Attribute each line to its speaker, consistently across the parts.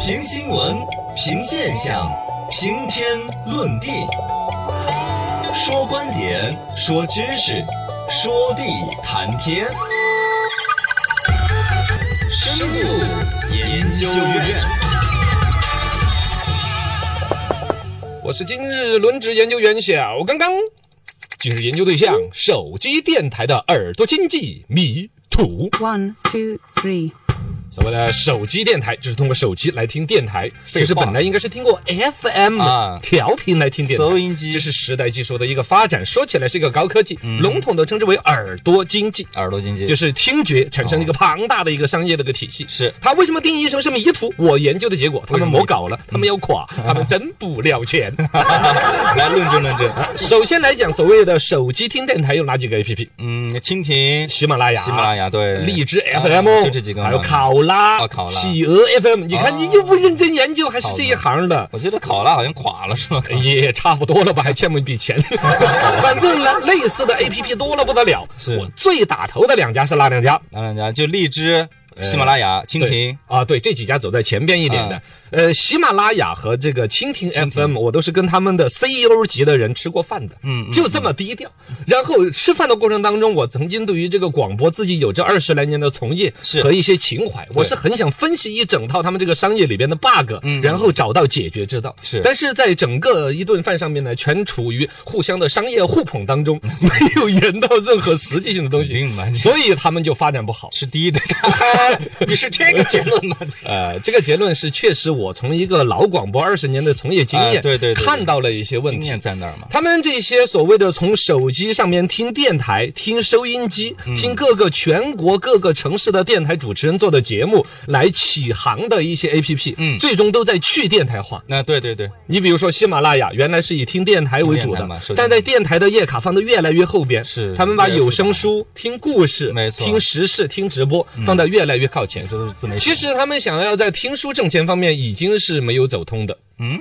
Speaker 1: 评新闻，评现象，评天论地，说观点，说知识，说地谈天。深度研究院，
Speaker 2: 我是今日轮值研究员小刚刚。今日研究对象：手机电台的耳朵经济迷途。
Speaker 3: One, two, three.
Speaker 2: 所谓的手机电台，就是通过手机来听电台。
Speaker 1: 废话
Speaker 2: 其实本来应该是听过 FM
Speaker 1: 啊
Speaker 2: 调频来听电台。
Speaker 1: 收音机嗯
Speaker 2: 这是时代技术的一个发展，说起来是一个高科技，笼统的称之为耳朵经济。
Speaker 1: 耳朵经济
Speaker 2: 就是听觉产生一个庞大的一个商业的一个体系。
Speaker 1: 是
Speaker 2: 它为什么定义成是迷途？我研究的结果，他们魔搞了，他们要垮，
Speaker 1: 嗯
Speaker 2: 他们挣不了钱。
Speaker 1: 来论证论证。
Speaker 2: 首先来讲，所谓的手机听电台有哪几个 APP？
Speaker 1: 嗯，蜻蜓、
Speaker 2: 喜马拉雅、
Speaker 1: 喜马拉雅对，
Speaker 2: 荔枝
Speaker 1: 啊
Speaker 2: FM，、
Speaker 1: 就这几个嘛。
Speaker 2: 还有考拉、
Speaker 1: 啊考拉
Speaker 2: 企鹅 FM。你看，
Speaker 1: 啊
Speaker 2: 你就不认真研究，还是
Speaker 1: 考拉
Speaker 2: 这一行的。哎
Speaker 1: 我记得考拉好像垮了是吧？
Speaker 2: 也差不多了吧，还欠我一 笔钱。反正呢，类似的 A P P 多了不得了。
Speaker 1: 是
Speaker 2: 我最打头的两家是哪两家？
Speaker 1: 当然家就荔枝、喜马拉雅、蜻
Speaker 2: 对
Speaker 1: 蜓。
Speaker 2: 啊，对，这几家走在前边一点的。呃，喜马拉雅和这个蜻蜓
Speaker 1: 啊蜻蜓
Speaker 2: FM，我都是跟他们的 CEO 级的人吃过饭的。
Speaker 1: 嗯嗯
Speaker 2: 就这么低调。然后吃饭的过程当中，我曾经对于这个广播自己有这二十来年的从业
Speaker 1: 是
Speaker 2: 和一些情怀，我是很想分析一整套他们这个商业里边的 bug，
Speaker 1: 嗯
Speaker 2: 然后找到解决之道。
Speaker 1: 是
Speaker 2: 但是在整个一顿饭上面呢，全处于互相的商业互捧当 中，没有研到任何实际性的东
Speaker 1: 肯定
Speaker 2: 西
Speaker 1: 嘛，你
Speaker 2: 所以他们就发展不好。
Speaker 1: 吃低的，你是这个结论吗？
Speaker 2: 呃，这个结论是确实我从一个老广播二十年的从业经验，
Speaker 1: 啊对对对对
Speaker 2: 看到了一些问
Speaker 1: 经
Speaker 2: 题
Speaker 1: 验。在那儿嘛。
Speaker 2: 他们这些所谓的从手机上面听电台、听收音机、
Speaker 1: 嗯
Speaker 2: 听各个全国各个城市的电台主持人做的节目来起航的一些 APP，
Speaker 1: 嗯
Speaker 2: 最终都在去电台化。
Speaker 1: 那对对对，
Speaker 2: 你比如说喜马拉雅，原来是以听电台为
Speaker 1: 听
Speaker 2: 主
Speaker 1: 电台
Speaker 2: 的
Speaker 1: 嘛收听，
Speaker 2: 但在电台的页卡放的越来越后边，
Speaker 1: 是
Speaker 2: 他们把
Speaker 1: 越来越
Speaker 2: 有声书、听故事、
Speaker 1: 没错嗯
Speaker 2: 听时事、听直播放得越来越靠前。
Speaker 1: 这都是自媒体。
Speaker 2: 其实他们想要在听书挣钱方面已经是没有走通的。
Speaker 1: 嗯，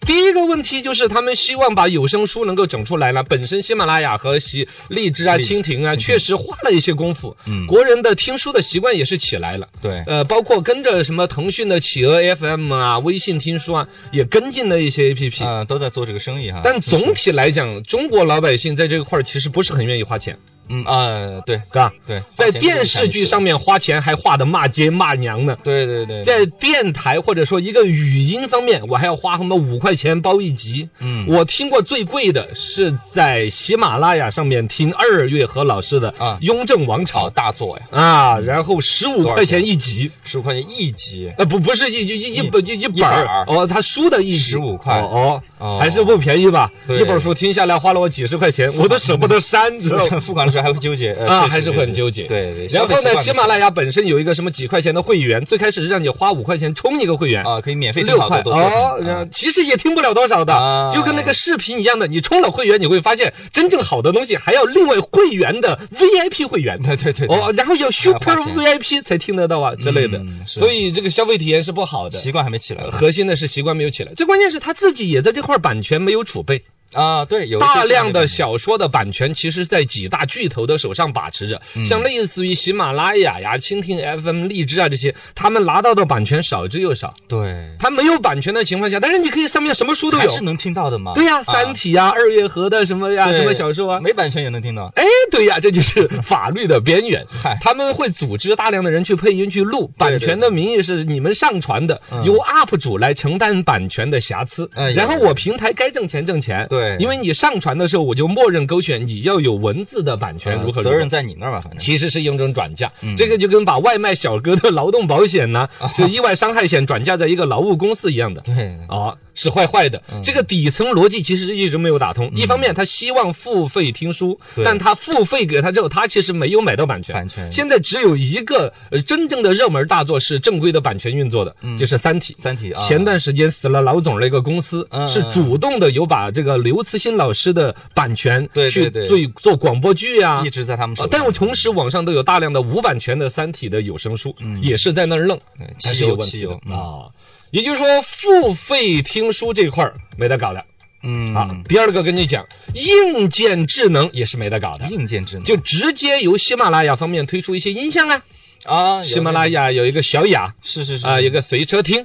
Speaker 2: 第一个问题就是他们希望把有声书能够整出来了。本身喜马拉雅和喜荔枝啊、
Speaker 1: 荔枝
Speaker 2: 蜻蜓啊，确实花了一些功夫。
Speaker 1: 嗯哎
Speaker 2: 国人的听书的习惯也是起来了。
Speaker 1: 对
Speaker 2: 呃，包括跟着什么腾讯的企鹅 FM 啊、微信听书啊，也跟进了一些 APP。
Speaker 1: 啊、都在做这个生意哈。
Speaker 2: 但
Speaker 1: 就是
Speaker 2: 总体来讲，中国老百姓在这块儿其实不是很愿意花钱，
Speaker 1: 嗯啊，对
Speaker 2: 是吧？
Speaker 1: 对，
Speaker 2: 在电视剧上
Speaker 1: 面，
Speaker 2: 面花钱还花的骂街骂娘呢，
Speaker 1: 对对对，
Speaker 2: 在电台或者说一个语音方面，我还要花什么五块钱包一集。
Speaker 1: 嗯
Speaker 2: 我听过最贵的是在喜马拉雅上面听二月河老师的
Speaker 1: 啊
Speaker 2: 《雍正王
Speaker 1: 炒
Speaker 2: 朝》
Speaker 1: 大作呀，
Speaker 2: 啊，然后十五
Speaker 1: 多少
Speaker 2: 块
Speaker 1: 钱
Speaker 2: 钱一集。
Speaker 1: 十五块钱一集，
Speaker 2: 呃，不，不是一一一一本一一本
Speaker 1: 一本儿
Speaker 2: 儿哦，他书的一集
Speaker 1: 15块
Speaker 2: 哦，
Speaker 1: 哦
Speaker 2: 哦还是不便宜吧？
Speaker 1: 对
Speaker 2: 一本书听下来花了我几十块钱，我都舍不得删，知道吗？
Speaker 1: 付款的时候还会纠结，呃、
Speaker 2: 啊，
Speaker 1: 确实
Speaker 2: 还是会很纠结。
Speaker 1: 对对，
Speaker 2: 然后呢，喜马
Speaker 1: 雅
Speaker 2: 拉雅本身有一个什么几块钱的会员，最开始是让你花五块钱充一个会员
Speaker 1: 啊，可以免费
Speaker 2: 六块
Speaker 1: 多嗯
Speaker 2: 哦，然后其实也听不了多少
Speaker 1: 啊
Speaker 2: 的，就跟那个视频一样的，你充了会员，你会发现真正好的东西还要另外会员的 VIP 会员。
Speaker 1: 对对对，对
Speaker 2: 哦，然后要
Speaker 1: 还
Speaker 2: Super
Speaker 1: 要花钱
Speaker 2: VIP 才听得到啊之类的
Speaker 1: 嗯，是
Speaker 2: 所以这个消费体验是不好的。
Speaker 1: 习惯还没起来
Speaker 2: 核心的是习惯没有起来，最关键是他自己也在这块版权没有储备，
Speaker 1: 啊，对，有一些
Speaker 2: 大量的
Speaker 1: 是
Speaker 2: 小说的版权其实在几大巨头的手上把持着，
Speaker 1: 嗯
Speaker 2: 像类似于喜马拉雅呀、蜻蜓 FM、荔枝啊这些，他们拿到的版权少之又少。
Speaker 1: 这样的
Speaker 2: 他没有版权的情况下，但是你可以上面什么书
Speaker 1: 对，
Speaker 2: 都
Speaker 1: 还
Speaker 2: 有
Speaker 1: 是，能听到的嘛，
Speaker 2: 对呀，《
Speaker 1: 啊
Speaker 2: 三体》呀、二月河的什么呀、
Speaker 1: 对
Speaker 2: 什么小说啊。
Speaker 1: 没版权也能听到，
Speaker 2: 哎，对呀，这就是法律的边缘
Speaker 1: 嗨。
Speaker 2: 他们会组织大量的人去配音去录，版权的名义是你们上传的，由 UP 主来承担版权的瑕疵
Speaker 1: 嗯哎呀。
Speaker 2: 然后我平台该挣钱挣钱。
Speaker 1: 对
Speaker 2: 因为你上传的时候，我就默认勾选你要有文字的版 权，如何如何
Speaker 1: 嗯呃责任在嗯你那儿吧，反正
Speaker 2: 其实是一种转嫁，这个就跟把外卖小哥的劳动保险呢、
Speaker 1: 啊
Speaker 2: 是意外伤害险转嫁在一个劳务公司一样的。
Speaker 1: 对
Speaker 2: 啊，是坏坏的。
Speaker 1: 嗯
Speaker 2: 这个底层逻辑其实一直没有打通。一方面，他希望付费听书
Speaker 1: 对，
Speaker 2: 但他付费给他之后，他其实没有买到版权。
Speaker 1: 版权
Speaker 2: 现在只有一个呃真正的热门大作是正规的版权运作的，
Speaker 1: 嗯
Speaker 2: 就是《三体》。
Speaker 1: 三体啊
Speaker 2: 前段时间死了老总那个公司，
Speaker 1: 嗯
Speaker 2: 是主动的有把这个刘慈欣老师的版权
Speaker 1: 对
Speaker 2: 去
Speaker 1: 对对
Speaker 2: 做做广播剧啊，
Speaker 1: 一直在他们手
Speaker 2: 啊
Speaker 1: 上，
Speaker 2: 但我同时网上都有大量的无版权的《三体》的有声书，也是在那儿弄，还是有问
Speaker 1: 嗯汽
Speaker 2: 题
Speaker 1: 油嗯
Speaker 2: 的
Speaker 1: 汽油
Speaker 2: 啊。也就是说，付费听书这块儿没得搞的
Speaker 1: 嗯
Speaker 2: 啊。第二个跟你讲，硬件智能也是没得搞的，
Speaker 1: 硬件智能
Speaker 2: 就直接由喜马拉雅方面推出一些音箱啊，
Speaker 1: 啊，有
Speaker 2: 啊喜马拉雅有一个小雅
Speaker 1: 是是是
Speaker 2: 啊，有个随车听。啊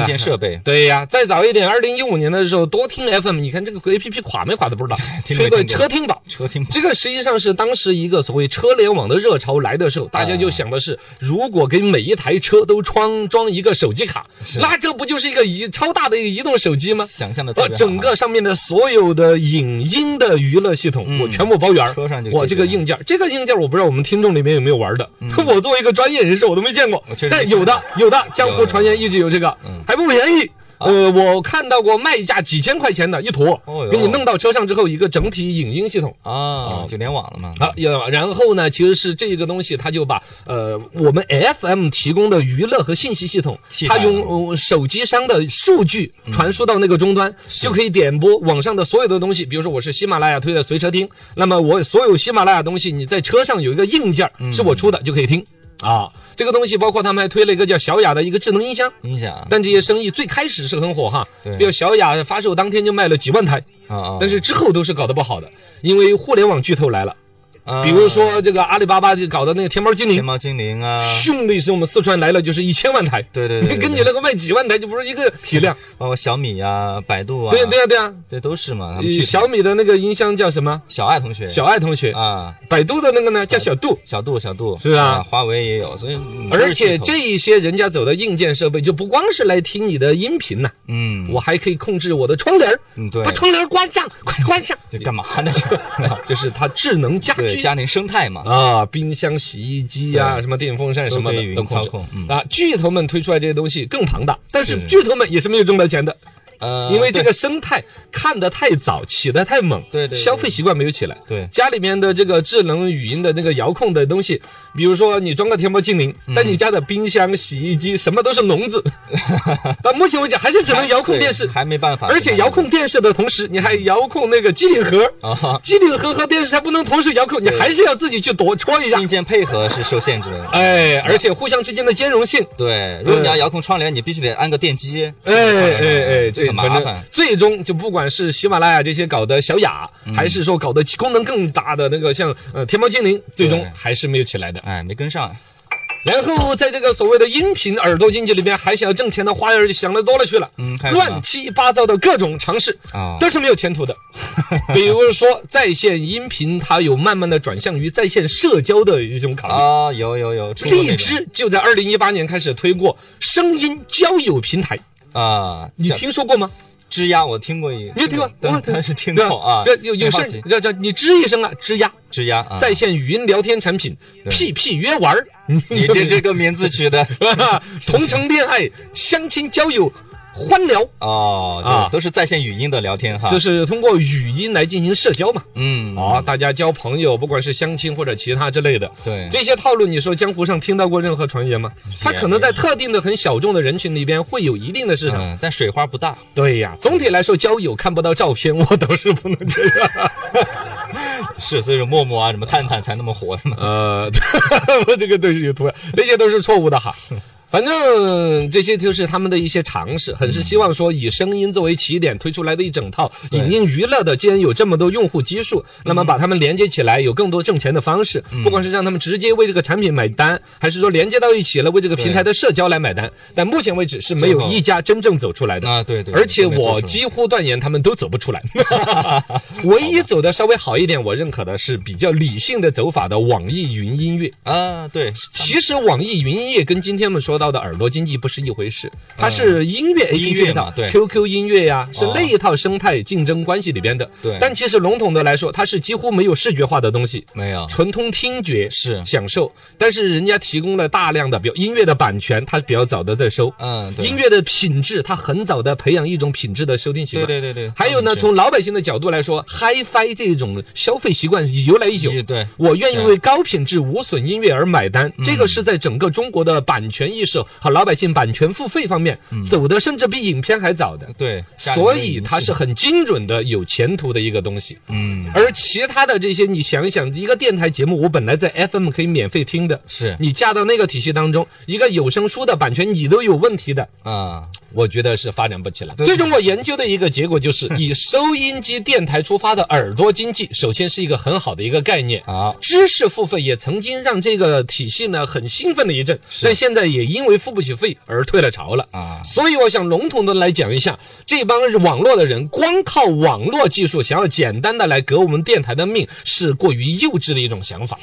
Speaker 1: 硬件设备，，
Speaker 2: 对呀，再早一点，二零一五年的时候多听 FM，你看这个 APP 垮没垮都不知道
Speaker 1: 听
Speaker 2: 推
Speaker 1: 过
Speaker 2: 个
Speaker 1: 听过
Speaker 2: 车听宝。
Speaker 1: 车听不
Speaker 2: 这个实际上是当时一个所谓车联网的热潮来的时
Speaker 1: 啊
Speaker 2: 候，大家就想的是，如果给每一台车都装装一个手机卡，那这不就是一个移超大的一个移动手机吗？
Speaker 1: 想象的特
Speaker 2: 呃，
Speaker 1: 别好
Speaker 2: 整
Speaker 1: 嘛
Speaker 2: 个上面的所有的影音的娱乐系统，
Speaker 1: 嗯
Speaker 2: 我全部包圆儿。
Speaker 1: 车上就
Speaker 2: 我
Speaker 1: 解决
Speaker 2: 这个
Speaker 1: 了嗯
Speaker 2: 硬件儿，这个硬件儿我不知道我们听众里面有没有玩的。 我作为一个专业人士，我都没见过
Speaker 1: 我确实。没
Speaker 2: 但
Speaker 1: 见
Speaker 2: 有的有的，江
Speaker 1: 有
Speaker 2: 湖传言一直有这个
Speaker 1: 嗯，
Speaker 2: 还不便宜。呃，我看到过卖价几千块钱的一坨
Speaker 1: 哦哟，
Speaker 2: 给你弄到车上之后，一个整体影音系统。
Speaker 1: 啊，
Speaker 2: 哦
Speaker 1: 就联网了嘛，
Speaker 2: 好，要然后呢，其实是这个东西，它就把呃我们 FM 提供的娱乐和信息系统
Speaker 1: 替，代
Speaker 2: 它
Speaker 1: 了
Speaker 2: 用、呃手机商的数据传输到那个终端，就可以点播网上的所有的东西。比如说我是喜马拉雅推的随车听，那么我所有喜马拉雅东西，你在车上有一个硬件儿是我出的，就可以听。啊，这个东西包括他们还推了一个叫小雅的一个智能音箱，
Speaker 1: 音响啊
Speaker 2: 但这些生意最开始是很火哈
Speaker 1: 对，
Speaker 2: 比如小雅发售当天就卖了几万台，
Speaker 1: 啊，
Speaker 2: 但是之后都是搞得不好的，因为互联网巨头来了。
Speaker 1: 啊
Speaker 2: 比如说这个阿里巴巴就搞的那个天猫精
Speaker 1: 天
Speaker 2: 灵，
Speaker 1: 猫精灵啊，
Speaker 2: 咻的一声，我们四川来了就是一千万台，
Speaker 1: 对对对对对
Speaker 2: 跟你那个卖几万台就不是一个体量。
Speaker 1: 包括小米啊、百度啊，
Speaker 2: 对对啊对啊，
Speaker 1: 这都是嘛，他们
Speaker 2: 呃
Speaker 1: 去
Speaker 2: 小米的那个音箱叫什么？
Speaker 1: 小爱同学
Speaker 2: 小爱同学，
Speaker 1: 啊，
Speaker 2: 百度的那个呢叫小度。
Speaker 1: 小度小度
Speaker 2: 是啊
Speaker 1: 华为也有，所以嗯
Speaker 2: 而
Speaker 1: 都是系
Speaker 2: 且
Speaker 1: 统
Speaker 2: 这一些人家走的硬件设备，就不光是来听你的音频呐、
Speaker 1: 嗯
Speaker 2: 我还可以控制我的窗帘儿
Speaker 1: 嗯对
Speaker 2: 把窗帘儿关上，快关上，
Speaker 1: 这干嘛呢？这
Speaker 2: 就是它智能家
Speaker 1: 对
Speaker 2: 居
Speaker 1: 家庭生态嘛，
Speaker 2: 啊，冰箱、洗衣机呀、
Speaker 1: 对
Speaker 2: 什么电风扇什么
Speaker 1: 都可以
Speaker 2: 的
Speaker 1: 云操
Speaker 2: 制
Speaker 1: 控嗯
Speaker 2: 啊。巨头们推出来这些东西更庞大，但是
Speaker 1: 是
Speaker 2: 巨头们也是没有挣到钱的，
Speaker 1: 呃，
Speaker 2: 因为这
Speaker 1: 对
Speaker 2: 个生态看得太早，起得太猛，
Speaker 1: 对对对
Speaker 2: 消费习惯没有起来。
Speaker 1: 对
Speaker 2: 家里面的这个智能语音的那个遥控的东西，比如说你装个天猫精灵，
Speaker 1: 嗯
Speaker 2: 但你家的冰箱、洗衣机什么都是聋 子，到目前为止还是只能遥控
Speaker 1: 对
Speaker 2: 电视，
Speaker 1: 还没办法，
Speaker 2: 而且遥控电视的同时，你还遥控那个机顶盒。
Speaker 1: 啊，
Speaker 2: 机顶盒和电视还不能同时遥控，你还是要自己去夺戳一下
Speaker 1: 硬。件配合是受限制的。
Speaker 2: 哎，而且互相之间的兼 容性。
Speaker 1: 对，如果你要
Speaker 2: 对
Speaker 1: 遥控窗帘，你必须得安个电机。
Speaker 2: 哎哎哎，
Speaker 1: 这
Speaker 2: 这
Speaker 1: 很
Speaker 2: 反
Speaker 1: 麻
Speaker 2: 正
Speaker 1: 烦。
Speaker 2: 最终就不管是喜马拉雅这些搞的小雅，
Speaker 1: 嗯
Speaker 2: 还是说搞的功能更大的那个像呃天猫精灵，最终
Speaker 1: 对
Speaker 2: 还是没有起来的。
Speaker 1: 哎，没跟上，
Speaker 2: 然后在这个所谓的音频耳朵经济里边，还想要挣钱的花样就想的多了去了，
Speaker 1: 嗯还有什么
Speaker 2: 乱七八糟的各种尝试
Speaker 1: 啊
Speaker 2: 都是没有 前途的。比如说在线音频，它有慢慢的转向于在线社交的一种考虑。
Speaker 1: 啊，有有有，出过那
Speaker 2: 荔
Speaker 1: 种
Speaker 2: 枝就在二零一八年开始推过声音交友平台，
Speaker 1: 啊，
Speaker 2: 你
Speaker 1: 叫
Speaker 2: 听说过吗？
Speaker 1: 吱呀，我听过一，
Speaker 2: 你有听过？
Speaker 1: 但
Speaker 2: 我
Speaker 1: 但是听过啊，
Speaker 2: 这有有
Speaker 1: 挺好
Speaker 2: 事
Speaker 1: 奇
Speaker 2: 这这你吱一声啊，吱呀，
Speaker 1: 吱呀，啊
Speaker 2: 在线语音聊天产品
Speaker 1: 对
Speaker 2: 屁屁约玩儿，你
Speaker 1: 你 这这个名字取的
Speaker 2: 同城恋爱、相亲交友、欢聊，
Speaker 1: 哦，
Speaker 2: 啊
Speaker 1: 对，都是在线语音的聊天哈，
Speaker 2: 就是通过语音来进行社交嘛。
Speaker 1: 啊嗯，
Speaker 2: 啊，大家交朋友，不管是相亲或者其他之类的，
Speaker 1: 对
Speaker 2: 这些套路，你说江湖上听到过任何传言吗？它可能在特定的很小众的人群里边会有一定的市场，
Speaker 1: 嗯，但水花不大，
Speaker 2: 对呀，总体来说，交友看不到照片，我倒是不能这样。
Speaker 1: 是，所以说陌陌啊，什么探探才那么火，是吗？
Speaker 2: 呃， 我这个都是有图，那些都是错误的 哈。反正这些就是他们的一些尝试，很是希望说以声音作为起点推出来的一整套
Speaker 1: 对嗯
Speaker 2: 影音娱乐的。既然有这么多用户基数，那么把它们连接起来，有更多挣钱的方式。不管是让他们直接为这个产品买单，还是说连接到一起了为这个平台的社交来买单，但目前为止是没
Speaker 1: 最
Speaker 2: 有
Speaker 1: 后
Speaker 2: 一家真正走出来的。
Speaker 1: 啊，对对，
Speaker 2: 而且
Speaker 1: 都没做
Speaker 2: 我
Speaker 1: 出来
Speaker 2: 几乎断言他们都走不 出来，唯一走的稍微好一点，我认可的是比较理性的走法的网易云音 乐。
Speaker 1: 啊，对，
Speaker 2: 其实网易云音乐跟今天我们说到的耳朵经济不是一回事，它是音乐哎 APP
Speaker 1: 嗯音乐嘛
Speaker 2: 的
Speaker 1: 对
Speaker 2: QQ 音乐呀、是
Speaker 1: 哦
Speaker 2: 那一套生态竞争关系里边的。
Speaker 1: 对
Speaker 2: 但其实笼统的来说，它是几乎没有视觉化的东西。
Speaker 1: 没有，
Speaker 2: 纯通听觉
Speaker 1: 啊是
Speaker 2: 享受，但是人家提供了大量的，比如音乐的版权，它比较早的在收，
Speaker 1: 嗯，对
Speaker 2: 音乐的品质，它很早的培养一种品质的收听习
Speaker 1: 对
Speaker 2: 惯。
Speaker 1: 对对对，
Speaker 2: 还有呢，从老百姓的角度来说，HiFi 这种消费习惯由来已久。
Speaker 1: 也对
Speaker 2: 我愿意
Speaker 1: 是
Speaker 2: 为高品质无损音乐而买单，
Speaker 1: 嗯
Speaker 2: 这个是在整个中国的版权意识和老百姓版权付费方面
Speaker 1: 嗯
Speaker 2: 走的，甚至比影片还早的。
Speaker 1: 对，家里
Speaker 2: 所
Speaker 1: 面
Speaker 2: 以
Speaker 1: 有
Speaker 2: 它
Speaker 1: 一
Speaker 2: 是
Speaker 1: 些
Speaker 2: 很精准的、有前途的一个东西。
Speaker 1: 嗯
Speaker 2: 而其他的这些，你想一想，一个电台节目，我本来在 FM 可以免费听的，
Speaker 1: 是
Speaker 2: 你加到那个体系当中，一个有声书的版权你都有问题的，
Speaker 1: 啊，
Speaker 2: 我觉得是发展不起来。
Speaker 1: 对
Speaker 2: 最终我研究的一个结果就是， 以收音机电台出发的耳朵经济，首先是一个很好的一个概念。
Speaker 1: 好，
Speaker 2: 知识付费也曾经让这个体系呢很兴奋了一阵，但现在也因为付不起费而退了潮了
Speaker 1: 啊
Speaker 2: 所以我想笼统的来讲一下，这帮网络的人光靠网络技术想要简单的来革我们电台的命，是过于幼稚的一种想法。